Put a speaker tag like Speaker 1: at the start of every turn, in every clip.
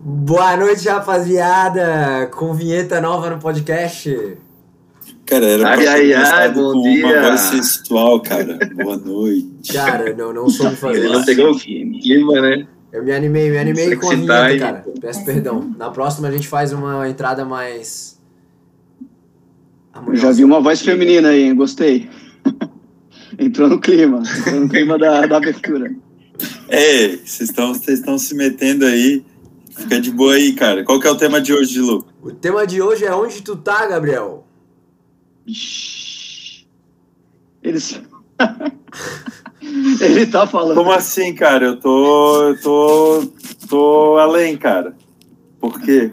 Speaker 1: Boa noite, rapaziada! Com vinheta nova no podcast.
Speaker 2: Cara, era
Speaker 3: Ai,
Speaker 2: pra
Speaker 3: ai,
Speaker 2: ter
Speaker 3: ai,
Speaker 2: começado
Speaker 3: bom
Speaker 2: com
Speaker 3: dia.
Speaker 2: uma voz sensual, cara. Boa noite.
Speaker 1: Cara, não, não soube fazer
Speaker 3: Ele não
Speaker 1: isso.
Speaker 3: pegou o clima, né?
Speaker 1: Eu me animei, me animei
Speaker 3: Sexy
Speaker 1: com a vinheta,
Speaker 3: time.
Speaker 1: cara. Peço perdão. Na próxima a gente faz uma entrada mais.
Speaker 4: Eu já
Speaker 2: um-
Speaker 4: vi uma voz feminina aí, hein? Gostei. Entrou no clima. Entrou no clima da, da abertura.
Speaker 2: Ei, É, vocês estão vocês estão se metendo aí. Fica de boa aí, cara. Qual que é o tema de hoje, Lu?
Speaker 1: O tema de hoje é Onde Tu Tá, Gabriel?
Speaker 4: Eles. Ele tá falando.
Speaker 2: Como assim, cara? Eu tô. Eu tô. tô além, cara. Por quê?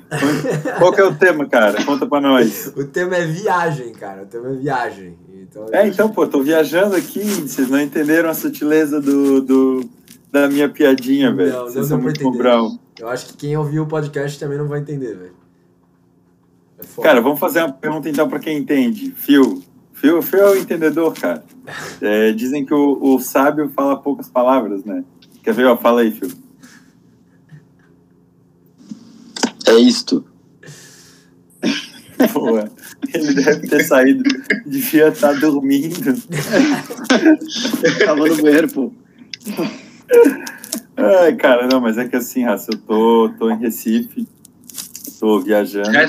Speaker 2: Qual que é o tema, cara? Conta pra nós.
Speaker 1: O tema é viagem, cara. O tema é viagem. Então,
Speaker 2: É, então, pô, tô viajando aqui. Vocês não entenderam a sutileza do, do- da minha piadinha, velho.
Speaker 1: Não, não
Speaker 2: Vocês
Speaker 1: deu
Speaker 2: são
Speaker 1: pra
Speaker 2: muito
Speaker 1: entender.
Speaker 2: cobrão.
Speaker 1: Eu acho que quem ouviu o podcast também não vai entender, velho. É foda.
Speaker 2: Cara, vamos fazer uma pergunta então para quem entende. Fio. Fio, Fio é o entendedor, cara. É, dizem que o, o sábio fala poucas palavras, né? Quer ver? Ó, fala aí, Fio.
Speaker 3: É isto.
Speaker 2: Boa. Ele deve ter saído, devia estar dormindo.
Speaker 4: Tava no banheiro, pô.
Speaker 2: Ai, cara, não, mas é que assim, Raça, eu tô, tô em Recife, tô viajando.
Speaker 3: É,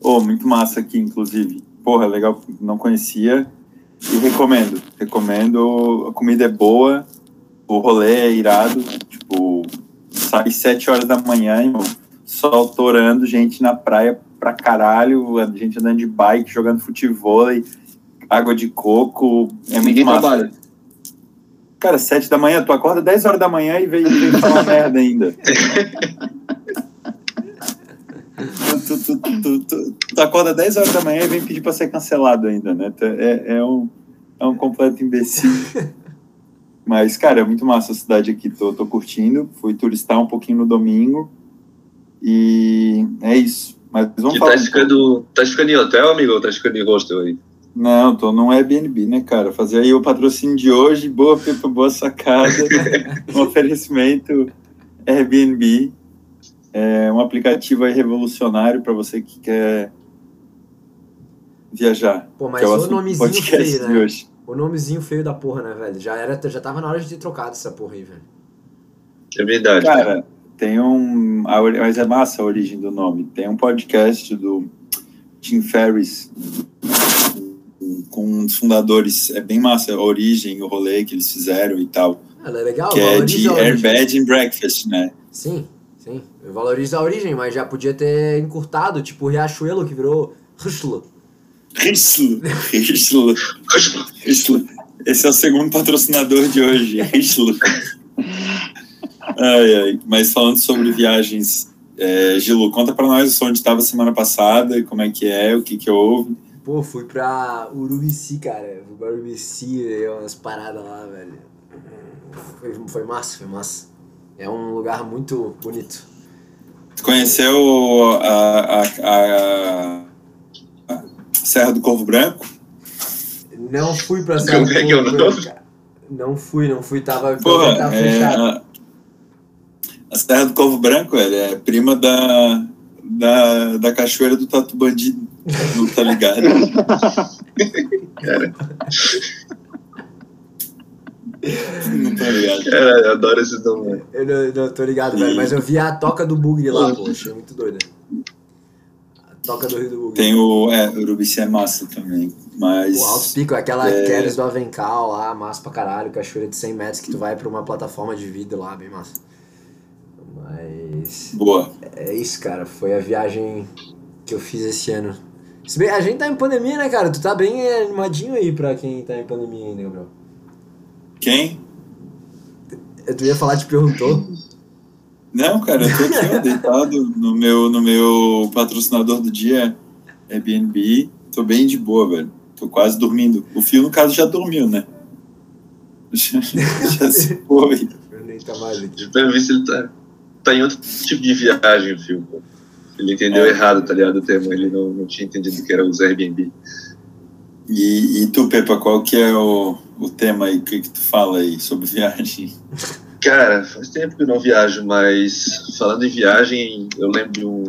Speaker 2: Oh, muito massa aqui, inclusive. Porra, é legal, não conhecia. E recomendo, recomendo. A comida é boa, o rolê é irado. Tipo, sai 7 horas da manhã, irmão, sol torando, gente na praia pra caralho, a gente andando de bike, jogando futebol, água de coco. É muito
Speaker 4: Ninguém
Speaker 2: massa.
Speaker 4: trabalha.
Speaker 2: Cara, 7 da manhã, tu acorda 10 horas da manhã e vem, vem falar merda ainda. Tu, tu, tu, tu, tu- tu acorda 10 horas da manhã e vem pedir pra ser cancelado ainda, né? Tu- É, é um, é um completo imbecil. Mas, cara, é muito massa a cidade aqui, tô, tô curtindo. Fui turistar um pouquinho no domingo. E é isso. Mas vamos
Speaker 3: E
Speaker 2: falar. um
Speaker 3: tá ficando, tá ficando em hotel, amigo? Ou tá ficando em hostel aí?
Speaker 2: Não, tô num Airbnb, né, cara? Fazer aí o patrocínio de hoje, boa Pepa, boa sacada, um oferecimento Airbnb, é um aplicativo aí revolucionário para você que quer viajar.
Speaker 1: Pô, mas
Speaker 2: que é o
Speaker 1: o
Speaker 2: assunto do
Speaker 1: nomezinho
Speaker 2: podcast
Speaker 1: feio,
Speaker 2: de
Speaker 1: né?
Speaker 2: hoje.
Speaker 1: O nomezinho feio da porra, né, velho? Já, era, já tava na hora de ter trocado essa porra aí, velho.
Speaker 3: É verdade.
Speaker 2: Cara, tem um. a ori- mas é massa a origem do nome. Tem um podcast do Tim Ferriss com um dos fundadores. É bem massa a origem, o rolê que eles fizeram e tal.
Speaker 1: Ela é legal,
Speaker 2: que é
Speaker 1: valoriza
Speaker 2: de
Speaker 1: a origem.
Speaker 2: Airbed and Breakfast, né?
Speaker 1: Sim, sim. Eu valorizo a origem, mas já podia ter encurtado, tipo o Riachuelo que virou Rushlo.
Speaker 2: Rieslo, Rieslo, Rieslo. Esse é o segundo patrocinador de hoje, Rieslo. Ai, ai. Mas falando sobre viagens, é, Gilu, conta pra nós onde estava semana passada, como é que é, o que que houve.
Speaker 1: Pô, fui pra Urubici, cara. Fui pra Urubici, dei umas paradas lá, velho. Foi, foi massa, foi massa. É um lugar muito bonito.
Speaker 2: Tu conheceu a, a, a- a Serra do Corvo Branco?
Speaker 1: Não fui pra
Speaker 3: Como é que é o
Speaker 1: Corvo,
Speaker 3: nome?
Speaker 1: cara. Não fui, não fui, tava,
Speaker 2: Porra,
Speaker 1: tava
Speaker 2: é,
Speaker 1: fechado.
Speaker 2: a, a Serra do Corvo Branco velho, é prima da, da, da Cachoeira do Tatu Bandido. Não tá ligado? Não tá ligado.
Speaker 3: Cara, É, eu adoro esses nomes.
Speaker 1: Eu não, não tô ligado, velho, mas eu vi a toca do Bugre lá, pô. Achei muito doido. A toca do Rio do Bugre.
Speaker 2: Tem o. É, Urubici é massa também.
Speaker 1: O Alto
Speaker 2: Mas.
Speaker 1: Pico, aquela
Speaker 2: É.
Speaker 1: Queres do Avencal lá, massa pra caralho, cachoeira de 100 metros que tu vai pra uma plataforma de vidro lá, bem massa. Mas
Speaker 2: Boa.
Speaker 1: é isso, cara, foi a viagem que eu fiz esse ano. Se bem, a gente tá em pandemia, né, cara? Tu tá bem é, animadinho aí pra quem tá em pandemia ainda, Gabriel.
Speaker 2: Quem?
Speaker 1: Eu- Tu ia falar, te perguntou.
Speaker 2: Não, cara, eu tô aqui ó, deitado no meu, no meu patrocinador do dia, Airbnb. Tô bem de boa, velho. Tô quase dormindo. O Fio, no caso, já dormiu, né? Já, já se foi.
Speaker 1: Eu nem tá mais aqui.
Speaker 3: Pra ver se ele tá, tá em outro tipo de viagem, filho. Ele entendeu é. errado, tá ligado? O termo. Ele não, não tinha entendido que era os Airbnb.
Speaker 2: E, e tu, Pepa, qual que é o, o tema aí? O que, que tu fala aí sobre viagem?
Speaker 3: Cara, faz tempo que eu não viajo, mas falando em viagem, eu lembro de, um,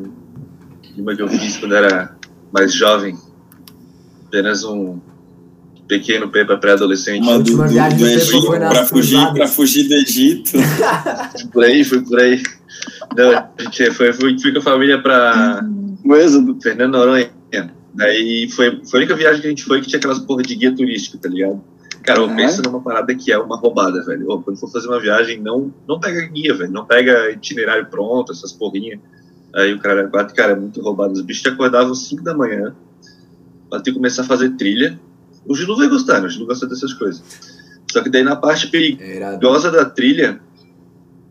Speaker 3: de uma que eu fiz quando era mais jovem. Apenas um pequeno Pepa pré-adolescente.
Speaker 2: Uma do, do, do, do Egito, pra fugir, pra fugir do Egito.
Speaker 3: por aí, foi por aí. Não, a gente foi, foi, fui com a família pra
Speaker 4: o êxodo.
Speaker 3: Fernando Noronha. Daí foi, foi a única viagem que a gente foi que tinha aquelas porra de guia turística, tá ligado? Cara, eu é. penso numa parada que é uma roubada, velho. Ô, quando for fazer uma viagem, não, não pega guia, velho. Não pega itinerário pronto, essas porrinhas. Aí o cara era quatro, cara, é muito roubado. Os bichos te acordavam 5 da manhã pra tu começar a fazer trilha. O Gilu vai gostar, né? O Gilu gosta dessas coisas. Só que daí na parte
Speaker 1: É,
Speaker 3: perigosa da trilha,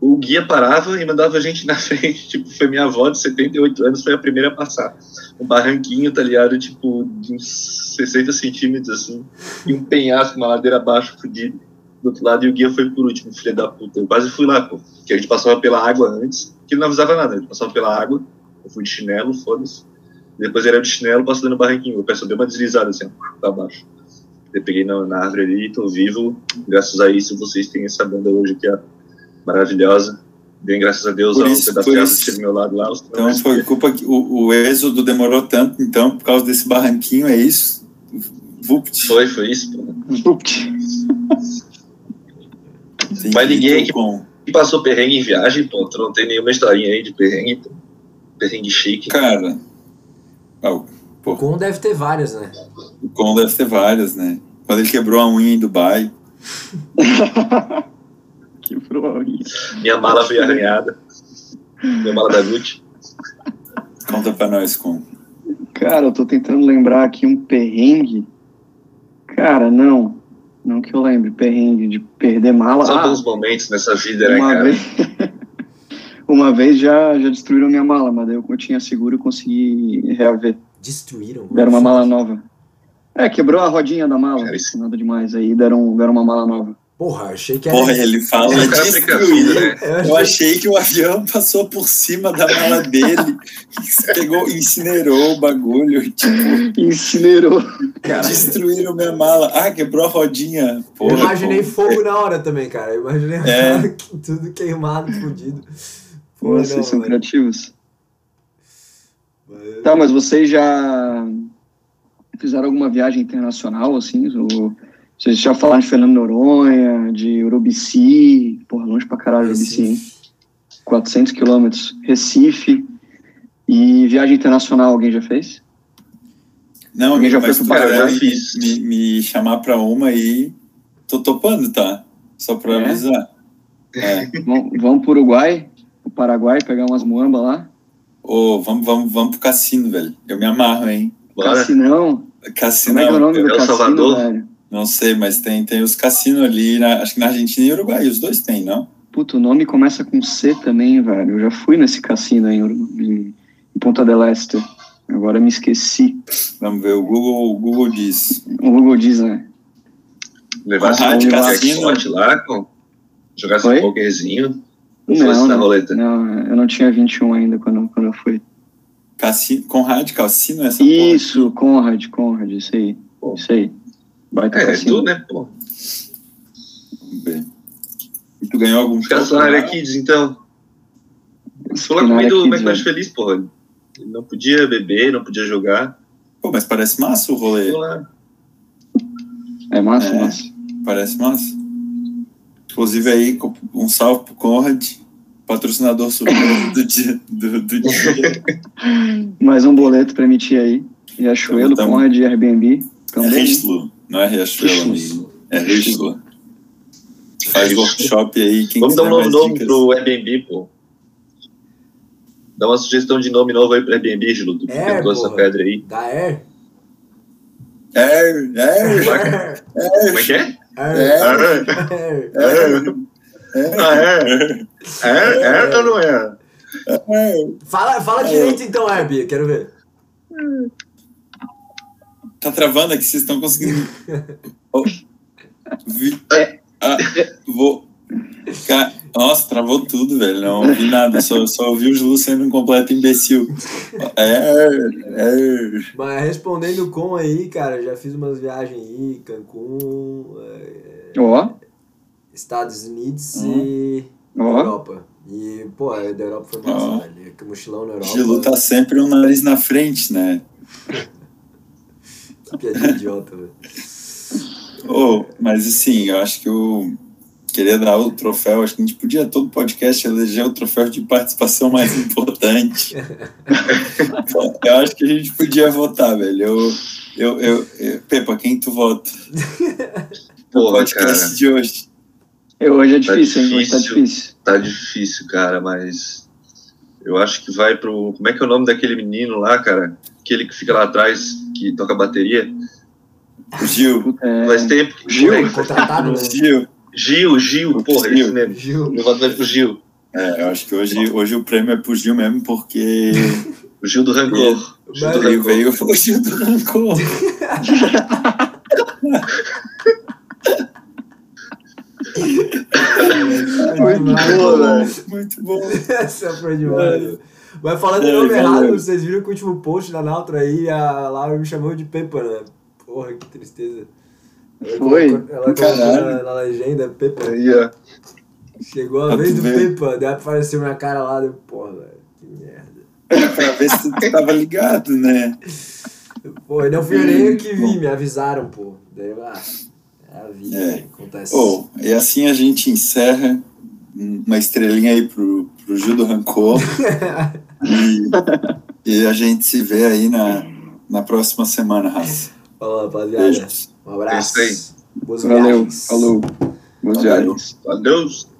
Speaker 3: o guia parava e mandava a gente na frente. Tipo, foi minha avó de 78 anos, foi a primeira a passar. Um barranquinho, tá ligado? Tipo, de uns 60 centímetros, assim. E um penhasco, uma ladeira abaixo, fudido. Do outro lado, e o guia foi por último, filho da puta. Eu quase fui lá, pô. Que a gente passava pela água antes, que ele não avisava nada. A gente passava pela água, eu fui de chinelo, foda-se. Depois era de chinelo, passando no barranquinho. Eu peço, deu uma deslizada, assim, pra baixo. Eu peguei na, na árvore ali, tô vivo. Graças a isso, vocês têm essa banda hoje que é maravilhosa. Bem, graças a Deus,
Speaker 2: por isso,
Speaker 3: a Pedra que do meu lado lá.
Speaker 2: Então foi culpa que o, o, êxodo demorou tanto, então, por causa desse barranquinho, é isso? Vupt.
Speaker 3: Foi, foi isso.
Speaker 4: Vupt.
Speaker 3: Mas ninguém
Speaker 2: um
Speaker 3: que, que passou perrengue em viagem, pô. Tu não tem nenhuma historinha aí de perrengue, pô. Perrengue chique.
Speaker 2: Cara. Oh,
Speaker 1: pô. O Con deve ter várias, né?
Speaker 2: O Con deve ter várias, né? Quando ele quebrou a unha em Dubai.
Speaker 3: Minha
Speaker 2: Ah,
Speaker 3: mala foi arranhada. Minha mala da Gucci.
Speaker 2: Conta pra nós, com.
Speaker 4: Cara, eu tô tentando lembrar aqui um perrengue. Cara, não. Não que eu lembre, perrengue de perder mala.
Speaker 3: Só bons ah, momentos nessa vida, né, cara?
Speaker 4: Vez... uma vez já, já destruíram minha mala, mas daí eu tinha seguro e consegui reaver.
Speaker 1: Destruíram?
Speaker 4: Deram uma mala nova. É, quebrou a rodinha da mala. Cara, isso... Nada demais. Aí deram, deram uma mala nova.
Speaker 1: Porra, achei que
Speaker 2: era. Porra, ele fala é
Speaker 3: assim,
Speaker 2: destruído, né? Eu achei que o avião passou por cima da mala dele, pegou, incinerou o bagulho. Tipo,
Speaker 4: incinerou.
Speaker 2: Cara. Destruíram minha mala. Ah, quebrou a rodinha.
Speaker 1: Porra, eu imaginei porra. fogo na hora também, cara. Eu imaginei é. tudo queimado, fodido.
Speaker 4: Vocês não,
Speaker 1: é.
Speaker 4: são mano. criativos. Mas... Tá, mas vocês já fizeram alguma viagem internacional, assim? Ou... Vocês já falaram de Fernando Noronha, de Urubici, porra, longe pra caralho Recife. Urubici, hein? 400 quilômetros. Recife. E viagem internacional, alguém já fez?
Speaker 2: Não, alguém já foi pro Paraná? Já fiz. Me, me chamar pra uma e tô topando, tá? Só pra é. avisar.
Speaker 4: É. Vão, vamos pro Uruguai, pro Paraguai, pegar umas muamba lá.
Speaker 2: Ô, oh, vamos, vamos, vamos pro cassino, velho. Eu me amarro, hein?
Speaker 4: Bora. Cassinão?
Speaker 2: Cassinão.
Speaker 4: Como é que é o nome do cassino, Salvador? velho?
Speaker 2: Não sei, mas tem, tem os cassinos ali, na, acho que na Argentina e Uruguai, os dois tem, não?
Speaker 4: Puta, o nome começa com C também, velho. Eu já fui nesse cassino em, em, em Ponta del Este. Agora me esqueci.
Speaker 2: Vamos ver, o Google, o Google diz.
Speaker 4: O Google diz, né?
Speaker 3: Levasse um de cassino lá, com... jogasse Oi? um pokerzinho. Não, tá não fosse
Speaker 4: não, na
Speaker 3: roleta. né?
Speaker 4: Não, eu não tinha 21 ainda quando, quando eu fui.
Speaker 2: Cassino, Conrad, Cassino, é essa
Speaker 4: Isso, porra. Conrad, Conrad, isso aí. Pô. Isso aí.
Speaker 3: Baita é, cassino. tu, né, pô?
Speaker 2: E tu ganhou algum
Speaker 3: Ficar só na área Kids, então. Foi lá comendo o McDonald's Feliz, porra. Ele não podia beber, não podia jogar.
Speaker 2: Pô, mas parece massa o rolê.
Speaker 4: É massa, é, massa.
Speaker 2: Parece massa. Inclusive aí, um salve pro Conrad, patrocinador surpresa do dia. Do, do dia.
Speaker 4: Mais um boleto pra emitir aí. Riachuelo, então, Conrad e Airbnb. Então,
Speaker 3: Então,
Speaker 2: Também. É Rieslo, não é Riachuelo, amigo. É Rieslo. Faz workshop aí. Quem
Speaker 3: Vamos dar um novo nome dicas? pro Airbnb, pô. Dá uma sugestão de nome novo aí pro Airbnb, Gilo. Tu
Speaker 1: Air, pegou
Speaker 3: essa pedra aí.
Speaker 1: Da Air.
Speaker 2: Air, Air.
Speaker 3: Air. Como é que é? Air. Air.
Speaker 2: tá
Speaker 3: Air. Air. Air. Air ou não é?
Speaker 1: Fala, fala direito então, Airbnb, quero ver.
Speaker 2: Tá travando aqui, vocês estão conseguindo. Oh. Vi... Ah, vou... Cara, nossa, travou tudo, velho. Não ouvi nada, só, só ouvi o Ju sendo um completo imbecil. É, é.
Speaker 1: Mas respondendo com aí, cara, já fiz umas viagens aí, Cancún, é,
Speaker 4: Ó,
Speaker 1: Estados Unidos
Speaker 2: Uhum.
Speaker 1: e
Speaker 4: ó.
Speaker 1: Europa. E, pô, a da Europa foi massa,
Speaker 2: Ó.
Speaker 1: velho. Que mochilão na Europa.
Speaker 2: Gilu tá sempre um nariz na frente, né?
Speaker 1: Que piadinha idiota, velho.
Speaker 2: Oh, mas assim, eu acho que eu queria dar o troféu. Acho que a gente podia, todo podcast, eleger o troféu de participação mais importante. eu acho que a gente podia votar, velho. Eu, eu, eu, eu- Pepa, quem tu vota? no
Speaker 3: Porra, cara,
Speaker 2: podcast de hoje.
Speaker 4: Eu, hoje é
Speaker 3: Tá
Speaker 4: difícil, hein? Hoje tá
Speaker 3: difícil.
Speaker 4: difícil.
Speaker 3: tá difícil, cara, mas eu acho que vai pro. Como é que é o nome daquele menino lá, cara? Aquele que fica lá atrás, que toca bateria.
Speaker 2: O Gil.
Speaker 4: Puta, é.
Speaker 3: Faz tempo. que-
Speaker 2: Gil?
Speaker 3: Moleque, faz tempo.
Speaker 1: Contratado,
Speaker 2: O
Speaker 1: né?
Speaker 2: Gil.
Speaker 3: Gil, Gil, porra,
Speaker 2: Gil.
Speaker 3: esse mesmo.
Speaker 1: Gil.
Speaker 3: Meu voto vai pro Gil.
Speaker 2: É, eu acho que hoje, hoje o prêmio é pro Gil mesmo, porque
Speaker 3: O Gil do Rancor. O Gil do
Speaker 1: Mano,
Speaker 2: ele
Speaker 3: Rancor.
Speaker 2: veio o Gil do Rancor.
Speaker 1: Muito
Speaker 2: né?
Speaker 4: boa,
Speaker 1: mal.
Speaker 2: Muito bom.
Speaker 1: Essa foi demais. Mas falando
Speaker 2: É,
Speaker 1: o nome
Speaker 2: valeu.
Speaker 1: errado, vocês viram que o último post da Nautra aí, a Laura me chamou de Peppa, né? Porra, que tristeza. Ela
Speaker 4: Foi?
Speaker 1: colocou- Ela colocou
Speaker 2: Caralho.
Speaker 1: na, na legenda Peppa.
Speaker 3: Aí, ó.
Speaker 1: Chegou a
Speaker 2: Pra
Speaker 1: vez
Speaker 2: tu
Speaker 1: do
Speaker 2: ver.
Speaker 1: Peppa, daí apareceu minha cara lá, deu, porra, velho, que merda.
Speaker 2: É, Pra ver se tu tava ligado, né?
Speaker 1: Pô, e não fui eu nem eu que vi,
Speaker 2: Bom.
Speaker 1: me avisaram, pô. Daí eu, ah, é a vida,
Speaker 2: É.
Speaker 1: acontece.
Speaker 2: Oh, e assim a gente encerra uma estrelinha aí pro, pro Gil do Rancor. e, e a gente se vê aí na, na próxima semana, Raça.
Speaker 1: Falou, rapaziada.
Speaker 2: Beijos.
Speaker 1: Um abraço.
Speaker 3: É isso
Speaker 1: Boas
Speaker 4: Valeu,
Speaker 1: viagens.
Speaker 4: falou. Boas
Speaker 2: Valeu.
Speaker 4: viagens.
Speaker 3: Adeus.